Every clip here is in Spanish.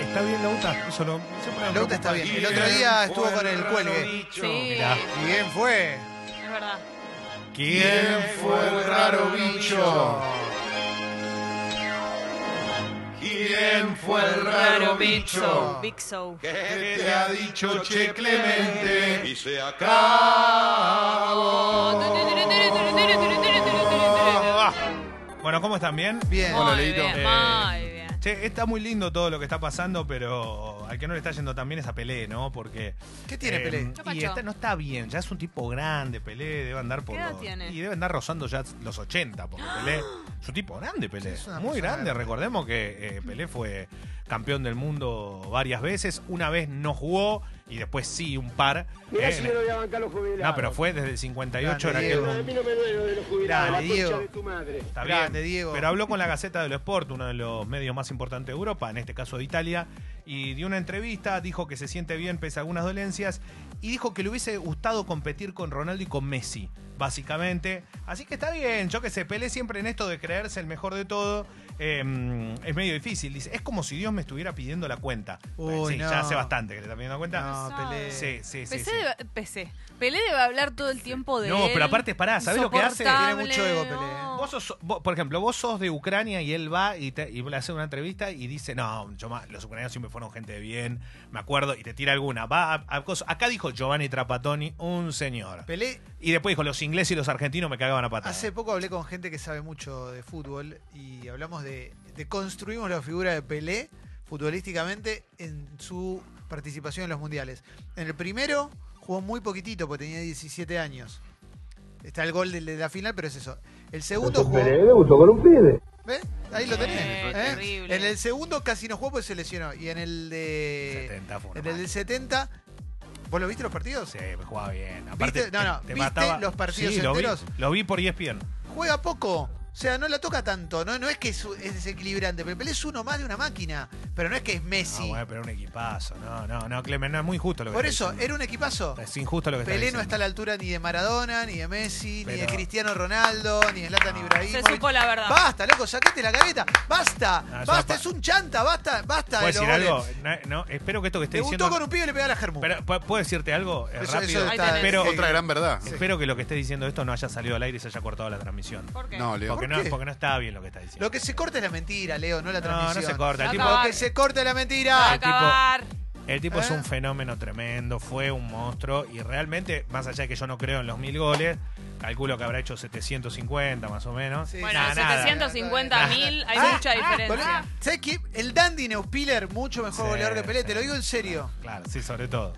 Está bien Lauta, solo. siempre me Lauta está preocupa. bien. El otro día estuvo con el cuelgue. bicho. Sí, Mirá. Y bien fue. es verdad. ¿Quién fue el raro bicho? ¿Quién fue el raro bicho? Big Show. ¿Qué ¿Qué te ha dicho Che Clemente? Y se Oh, acabó. tu, tu, tu, tu, tu, tu, tu, tu, tu, tu, tu, tu, Ah. Bueno, ¿cómo están? ¿Bien? Bien. tu. Muy Leito. bien, Eh, muy bien. Che, está muy lindo todo lo que está pasando, pero al que no le está yendo tan bien es a Pelé, ¿no? Porque. ¿Qué tiene eh, Pelé? ¿Qué pasó? Y está- no está bien, ya es un tipo grande, Pelé, debe andar por. ¿Qué edad los- tiene? ¡Ah! Y debe andar rozando ya los 80, porque Pelé. Es un tipo grande, Pelé. Es una Muy persona grande. grande. Recordemos que eh, Pelé fue campeón del mundo varias veces. Una vez no jugó y después sí, un par. Mirá Eh, si yo lo voy a bancar los jubilados. no, pero fue desde el 58 en Grande, aquel Diego. A mundo. mí no me duele lo de los jubilados, Grande, la concha Diego. de tu madre. Está Grande, bien. Diego. Pero habló con la Gaceta dello Sport, uno de los medios más importantes de Europa, en este caso de Italia, y dio una entrevista, dijo que se siente bien pese a algunas dolencias, y dijo que le hubiese gustado competir con Ronaldo y con Messi, básicamente. Así que está bien, yo que sé, peleé siempre en esto de creerse el mejor de todo. eh, es medio difícil, dice, es como si Dios me estuviera pidiendo la cuenta. Uy, sí, no. ya hace bastante que le está pidiendo la cuenta. No, Pelé. Sí, sí, sí. PC, sí. debe- PC. Pelé debe hablar todo el tiempo de No, él. pero aparte, pará, ¿sabés lo que hace? Tiene mucho ego, Insoportable, Pelé, ¿eh? no. Vos sos- vos- por ejemplo, vos sos de Ucrania y él va y, te- y le hace una entrevista y dice, no, yo ma- los ucranianos siempre fueron gente de bien, me acuerdo, y te tira alguna. Va a- a cosas- Acá dijo Giovanni Trapattoni, un señor. Pelé, Y después dijo, los ingleses y los argentinos me cagaban a patadas. hace poco hablé con gente que sabe mucho de fútbol y hablamos de, de construimos la figura de Pelé futbolísticamente en su participación en los mundiales. En el primero jugó muy poquitito porque tenía 17 años. Está el gol de, de la final, pero es eso. El segundo jugó... con un pibe. ¿Ves? Ahí lo tenés. Eh, ¿eh? terrible. En el segundo casi no jugó porque se lesionó. Y en el de. 70 fue una En el eh, del 70. ¿Vos lo viste los partidos? Sí, me jugaba bien. Aparte, No, no, te- te ¿viste mataba. los partidos Sí, lo vi- enteros? Lo vi, por E ESPN. Juega poco. O sea, no la toca tanto. No, no es que es, es desequilibrante. Pero Pelé es uno más de una máquina. Pero no es que es No, Messi. Ah, bueno, pero un equipazo. No, no, no, Clemen, no, es muy injusto lo que Por está eso, diciendo. era un equipazo. Es injusto lo que Pelé está no está a la altura ni de Maradona, ni de Messi, ni de Pero- Ah. Cristiano Ronaldo, ni de Zlatan No. Se Ibrahimovic. supo la verdad. Basta, loco, sacate la careta. Basta, No, eso basta, va- es un chanta, basta, ¿Puedo basta. de decir los goles. algo? No, no, espero que esto que esté Debutó diciendo... con un pibe y le pegó a la Germú. Pero, ¿pu- ¿Puedo decirte algo? Eh, Eso- rápido. eso Ahí está- tenés. Pero- Otra gran verdad. Espero que lo que esté diciendo esto no haya salido al aire y se haya cortado la transmisión. ¿Por qué? No, Leo. ¿Por Porque no, qué? porque no está bien lo que está diciendo. Lo que se corta es la mentira, Leo, no la no, transmisión. no se corta. El Se tipo, acaba. Lo que se corta es la Va a mentira. tipo- acabar. el tipo es ¿Eh? un fenómeno tremendo, fue un monstruo y realmente, más allá de que yo no creo en los mil goles, calculo que habrá hecho 750 más o menos. Sí, Bueno, Nah, sí, nada. 750 mil, hay Ah, mucha ah, diferencia. boludo. ¿Sabes qué? El Dandy Neuspiller, mucho mejor Sí, goleador que Pelé, te sí. lo digo en serio. Claro, sí, sobre todo.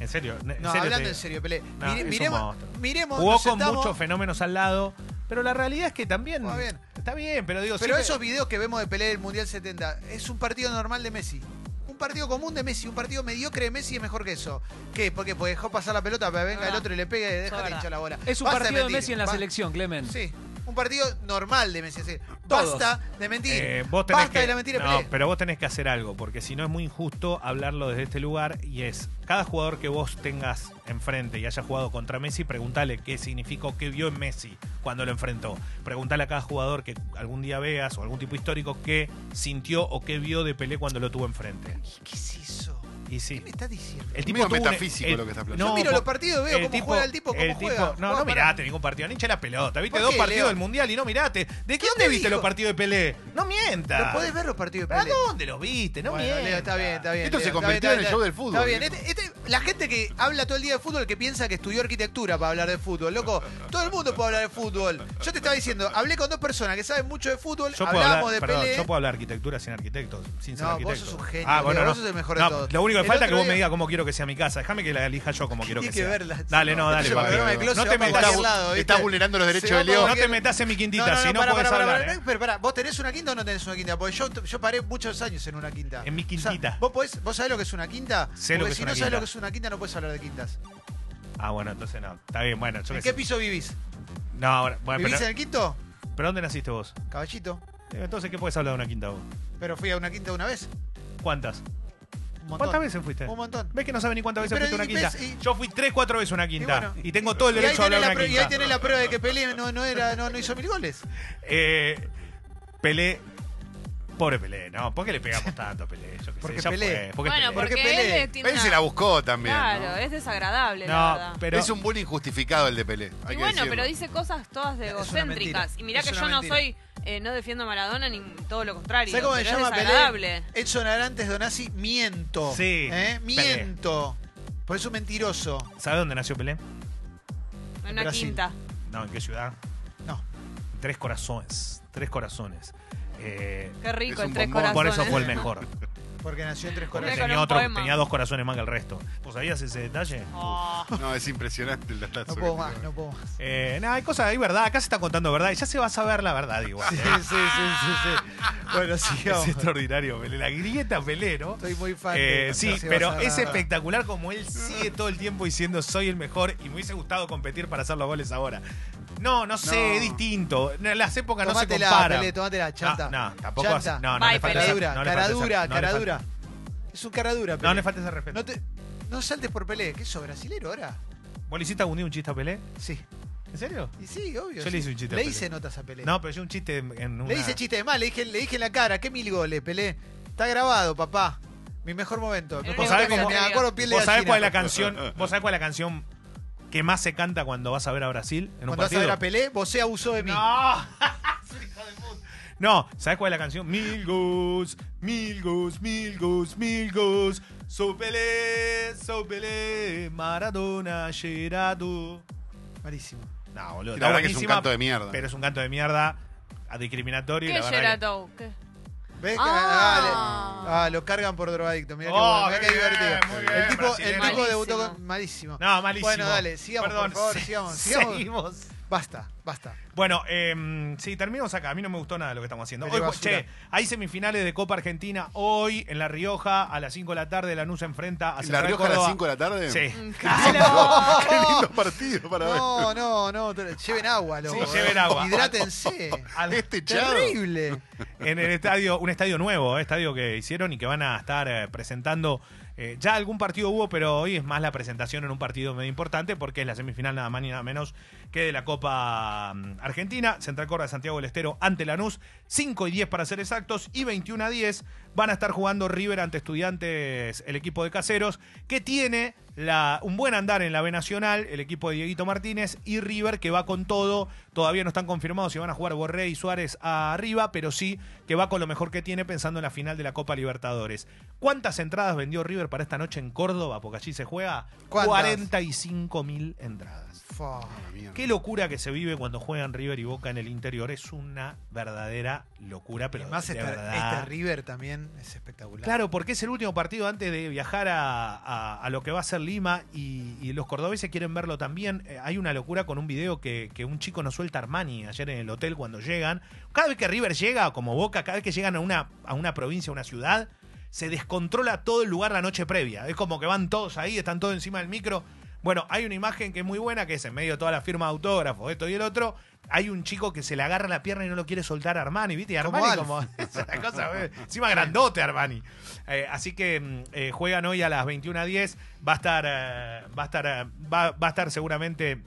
En serio. En No, serio hablando te en digo. serio, Pelé. No, Mire- es un miremos, monstruo. miremos, Jugó nos con sentamos, muchos fenómenos al lado, pero la realidad es que también... Juega bien. Está bien, pero digo... Pero siempre- esos videos que vemos de Pelé del Mundial 70, es un partido normal de Messi. Un partido común de Messi, un partido mediocre de Messi es mejor que eso. ¿Qué? ¿Por qué? Porque pues, dejó pasar la pelota, pero venga Ah, el otro y le pega y deja verdad. hinchar la bola. Es un Basta partido de mentir. Messi en la Va- selección, Clemen. Sí, un partido normal de Messi. así. Todos. Basta de mentir. Eh, vos tenés Basta que, de la mentira de no, Pelé. pero vos tenés que hacer algo, porque si no es muy injusto hablarlo desde este lugar y es cada jugador que vos tengas enfrente y haya jugado contra Messi, pregúntale qué significó, qué vio en Messi cuando lo enfrentó. Pregúntale a cada jugador que algún día veas o algún tipo histórico qué sintió o qué vio de Pelé cuando lo tuvo enfrente. ¿Qué es eso? Y ¿Qué sí. me estás diciendo? El Medio tuvo un- metafísico lo que estás planteando. Yo miro por- los partidos, veo el cómo juega el tipo, cómo juega. no, Juega no para- mirate ningún partido, ni hincha la pelota. Viste ¿Por dos qué, partidos Leo? del mundial y no mirate. ¿De qué ¿Quién dónde te viste dijo? los partidos de Pelé? No mientas. ¿No podés ver los partidos de ¿A Pelé? dónde los viste? Ah, No Bueno, mientas. Leo, está bien, está bien. Esto Leo, se está convirtió bien, en el está show bien. del fútbol, Está bien. viejo. Este- este- la gente que habla todo el día de fútbol, que piensa que estudió arquitectura para hablar de fútbol, loco. Todo el mundo puede hablar de fútbol. Yo te estaba diciendo, hablé con dos personas que saben mucho de fútbol, Yo puedo, hablamos hablar, de perdón, Pelé. yo puedo hablar arquitectura sin arquitectos, sin ser No, vos arquitecto. sos un genio, Ah, Leo, bueno, no. vos sos el mejor de No, todos. Lo único que El falta es que otro vos día- me digas cómo quiero que sea mi casa. Déjame que la elija yo como quiero que sea. Tiene que verla. Dale, no, dale, Ese papi. programa de Closet No va te para metas, cualquier lado, ¿viste? Está vulnerando los derechos va de Leo. por- no te metas en mi quintita, si no pará, podés pará, hablar. pará, ¿eh? pará, pará. ¿Vos tenés una quinta o no tenés una quinta? Porque yo, yo paré muchos años en una quinta. En mi quintita. O sea, ¿vos, podés- ¿Vos sabés lo que es una quinta? Sé lo Porque que es si una no sabés quinta. lo que es una quinta, no puedes hablar de quintas. Ah, bueno, entonces no. Está bien, bueno, yo ¿En qué qué sé. piso vivís? No, ahora, bueno, ¿Vivís en pero, el quinto? pero ¿dónde naciste vos? Eh, Caballito. Entonces, ¿qué podés hablar de una quinta vos? Pero fui a una quinta una vez. ¿Cuántas? Un montón. ¿Cuántas veces fuiste? Un montón. ¿Ves que no saben ni cuántas veces Pero fuiste a una y ves- quinta? y- Yo fui tres, cuatro veces a una quinta. Y, bueno, tengo todo el Y ahí, derecho a tenés hablar la de una prueba, y quinta. ahí tenés la prueba de que Pelé no, no, era, no, no hizo mil goles. Eh, Pelé Pobre Pelé, no, ¿por qué le pegamos tanto a Pelé? Yo qué sé, Porque ya Pelé. fue, porque Bueno, Pelé. porque Porque Pelé. él tiene Él una- se la buscó también. Claro, ¿no? es desagradable, la No, verdad. pero es un bullying justificado el de Pelé. hay y que bueno, pero decirlo. dice cosas todas Es una mentira. egocéntricas. Y mirá Es que una yo no mentira. soy, eh, no defiendo a Maradona ni todo lo contrario. ¿Sabes cómo se pero es llama desagradable. Pelé? Edson Arantes Donasi, miento. Sí, ¿Eh? Pelé. Miento. Por eso mentiroso. ¿Sabe dónde nació Pelé? En una Brasil. quinta. No, ¿en qué ciudad? No. Tres corazones. Tres corazones. Eh, Qué rico Es el un tres bombón. corazones. por eso fue el mejor. Porque nació en tres Porque Pelé corazones. con tenía, un otro, poema. tenía dos corazones más que el resto. ¿Vos sabías ese detalle? Oh, No, es impresionante el datazo. No que puedo tiene. más, no puedo más. Eh, nada, hay cosas, hay verdad. Acá se está contando verdad. Y ya se va a saber la verdad igual. Sí, ¿eh? sí, sí, sí, sí. Bueno, sigamos. Es extraordinario, Pelé. La grieta Pelé, ¿no? Soy muy fan. Eh, de- sí, José pero Bazán. es espectacular como él sigue todo el tiempo diciendo soy el mejor y me hubiese gustado competir para hacer los goles ahora. No, no sé, No. es distinto. No, Las épocas no se Tomátela, comparan. Ah, Pelé, tomátela, chanta. No, no, tampoco Chanta. así. No, no Bye, le falta Pelé. esa- cara dura, no le cara falta esa- dura, no le cara falta- dura. Es un cara dura, Pelé. No le falta ese respeto. No te- no saltes por Pelé. ¿Qué sos, brasilero ahora? ¿Vos le hiciste algún día un chiste a Pelé? Sí. ¿En serio? Y sí, obvio. Yo le sí. hice un chiste a Le Pelé. hice notas a Pelé. No, pero yo un chiste en en una... Le hice chiste de mal, le dije, le dije en la cara, qué mil goles, Pelé. Está grabado, papá. Mi mejor momento. Pero Me ¿Vos no sabés, creo cómo- que me sea acuerdo piel de vos sabés gallina. cuál es la canción? ¿Vos sabés cuál es la canción que más se canta cuando vas a ver a Brasil en un Cuando vas a partido? ver a Pelé, vos se abusó de mí. No, Es un hijo de puta. No, ¿sabes cuál es la canción? Mil gus, mil gus, mil gus, mil gus. So Pelé, so Pelé, Maradona, Gerardo. Malísimo. No, boludo. Y está la verdad que es un buenísima, canto de mierda. Pero es un canto de mierda a discriminatorio. y ¿Qué la verdad que- Gerardo? ¿Qué? ¿Ves? Ah. Ah, le- ah, lo cargan por drogadicto. Mirá Oh, qué bueno, mirá qué qué bien, divertido. muy el bien, tipo, el brasileño. tipo debutó Malísimo. con- malísimo. No, malísimo. Bueno, dale, sigamos, Perdón, por favor, se- sigamos. sigamos. Seguimos. Basta, basta. Bueno, eh, sí, terminamos acá. A mí no me gustó nada lo que estamos haciendo. Pero Hoy, basura. che, hay semifinales de Copa Argentina hoy en La Rioja a las 5 de la tarde. Lanús se enfrenta a ¿La Central Rioja a las Córdoba. 5 de la tarde? Sí. Qué lindo partido para ver. No, no, no. te- Lleven agua, loco. Sí, lleven agua. Hidrátense. Al- Este chavo. Terrible. en el estadio, un estadio nuevo, eh, estadio que hicieron y que van a estar eh, presentando. eh, ya algún partido hubo, pero hoy es más la presentación en un partido medio importante porque es la semifinal nada más ni nada menos que de la Copa mm, Argentina. Central Córdoba de Santiago del Estero ante Lanús, 5 y 10 para ser exactos y 21 a 10 van a estar jugando River ante Estudiantes, el equipo de Caseros, que tiene la- un buen andar en la B Nacional, el equipo de Dieguito Martínez y River que va con todo. Todavía no están confirmados si van a jugar Borré y Suárez arriba, pero sí que va con lo mejor que tiene pensando en la final de la Copa Libertadores. ¿Cuántas entradas vendió River para esta noche en Córdoba? Porque allí se juega ¿Cuántas? 45 mil entradas. Fua. Qué locura que se vive cuando juegan River y Boca en el interior. Es una verdadera locura, pero Además, de esta, verdad. esta River también es espectacular. Claro, porque es el último partido antes de viajar a, a- a lo que va a ser Lima y, y los cordobeses quieren verlo también. Eh, hay una locura con un video que, que un chico nos suelta Armani ayer en el hotel cuando llegan. Cada vez que River llega, como Boca, cada vez que llegan a una, a una provincia, a una ciudad, se descontrola todo el lugar la noche previa. Es como que van todos ahí, están todos encima del micro. Bueno, hay una imagen que es muy buena, que es en medio de toda la firma de autógrafos, esto y el otro. Hay un chico que se le agarra la pierna y no lo quiere soltar a Armani, ¿viste? Y Como Armani Alf. como, es una cosa, eh, encima grandote Armani. Eh, así que mm, eh, juegan hoy a las 21.10. Va a estar, eh, va a estar, eh, va, va a estar seguramente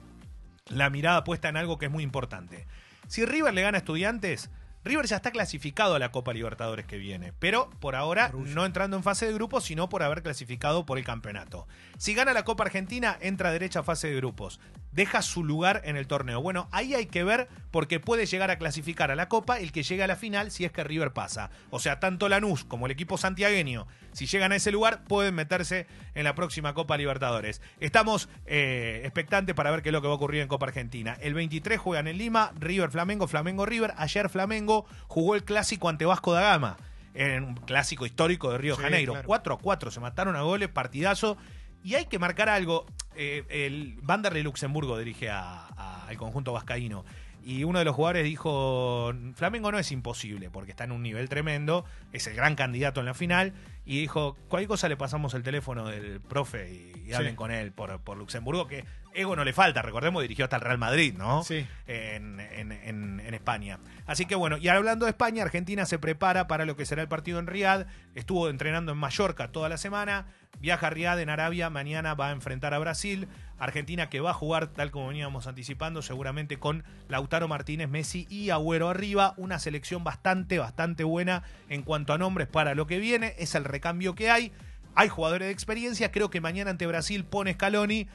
la mirada puesta en algo que es muy importante. Si River le gana a Estudiantes, River ya está clasificado a la Copa Libertadores que viene, pero por ahora no entrando en fase de grupo, sino por haber clasificado por el campeonato. Si gana la Copa Argentina, entra derecha a fase de grupos, deja su lugar en el torneo. Bueno, ahí hay que ver porque puede llegar a clasificar a la Copa el que llegue a la final si es que River pasa. O sea, tanto Lanús como el equipo santiagueño, si llegan a ese lugar, pueden meterse en la próxima Copa Libertadores. Estamos eh, expectantes para ver qué es lo que va a ocurrir en Copa Argentina. El 23 juegan en Lima, River Flamengo, Flamengo River. Ayer Flamengo jugó el clásico ante Vasco da Gama, en un clásico histórico de Río de Sí, Janeiro. claro. 4 a 4, se mataron a goles, partidazo. Y hay que marcar algo. Eh, el Vanderlei Luxemburgo dirige a- a- al conjunto vascaíno. Y uno de los jugadores dijo, Flamengo no es imposible porque está en un nivel tremendo, es el gran candidato en la final. Y dijo, cualquier cosa le pasamos el teléfono del profe y, y hablen con él por, por Luxemburgo, que Ego no le falta, recordemos, dirigió hasta el Real Madrid, ¿no? Sí. En, en- en- en España. Así que bueno, y hablando de España, Argentina se prepara para lo que será el partido en Riad. Estuvo entrenando en Mallorca toda la semana. Viaja a Riad en Arabia. Mañana va a enfrentar a Brasil. Argentina que va a jugar, tal como veníamos anticipando, seguramente con Lautaro Martínez, Messi y Agüero arriba. Una selección bastante, bastante buena en cuanto a nombres para lo que viene. Es el recambio que hay. Hay jugadores de experiencia. Creo que mañana ante Brasil pone Scaloni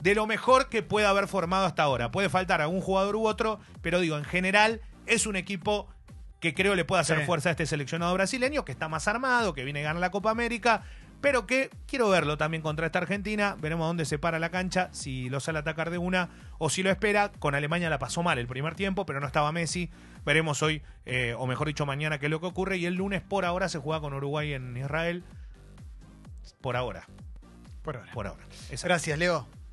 de lo mejor que pueda haber formado hasta ahora. Puede faltar algún jugador u otro, pero digo, en general es un equipo que creo le puede hacer Sí. fuerza a este seleccionado brasileño, que está más armado, que viene a ganar la Copa América, pero que quiero verlo también contra esta Argentina. Veremos dónde se para la cancha, si lo sale a atacar de una o si lo espera. Con Alemania la pasó mal el primer tiempo, pero no estaba Messi. Veremos hoy, eh, o mejor dicho, mañana qué es lo que ocurre. Y el lunes por ahora se juega con Uruguay en Israel. Por ahora, Por ahora. por ahora. Esa- Gracias, Leo.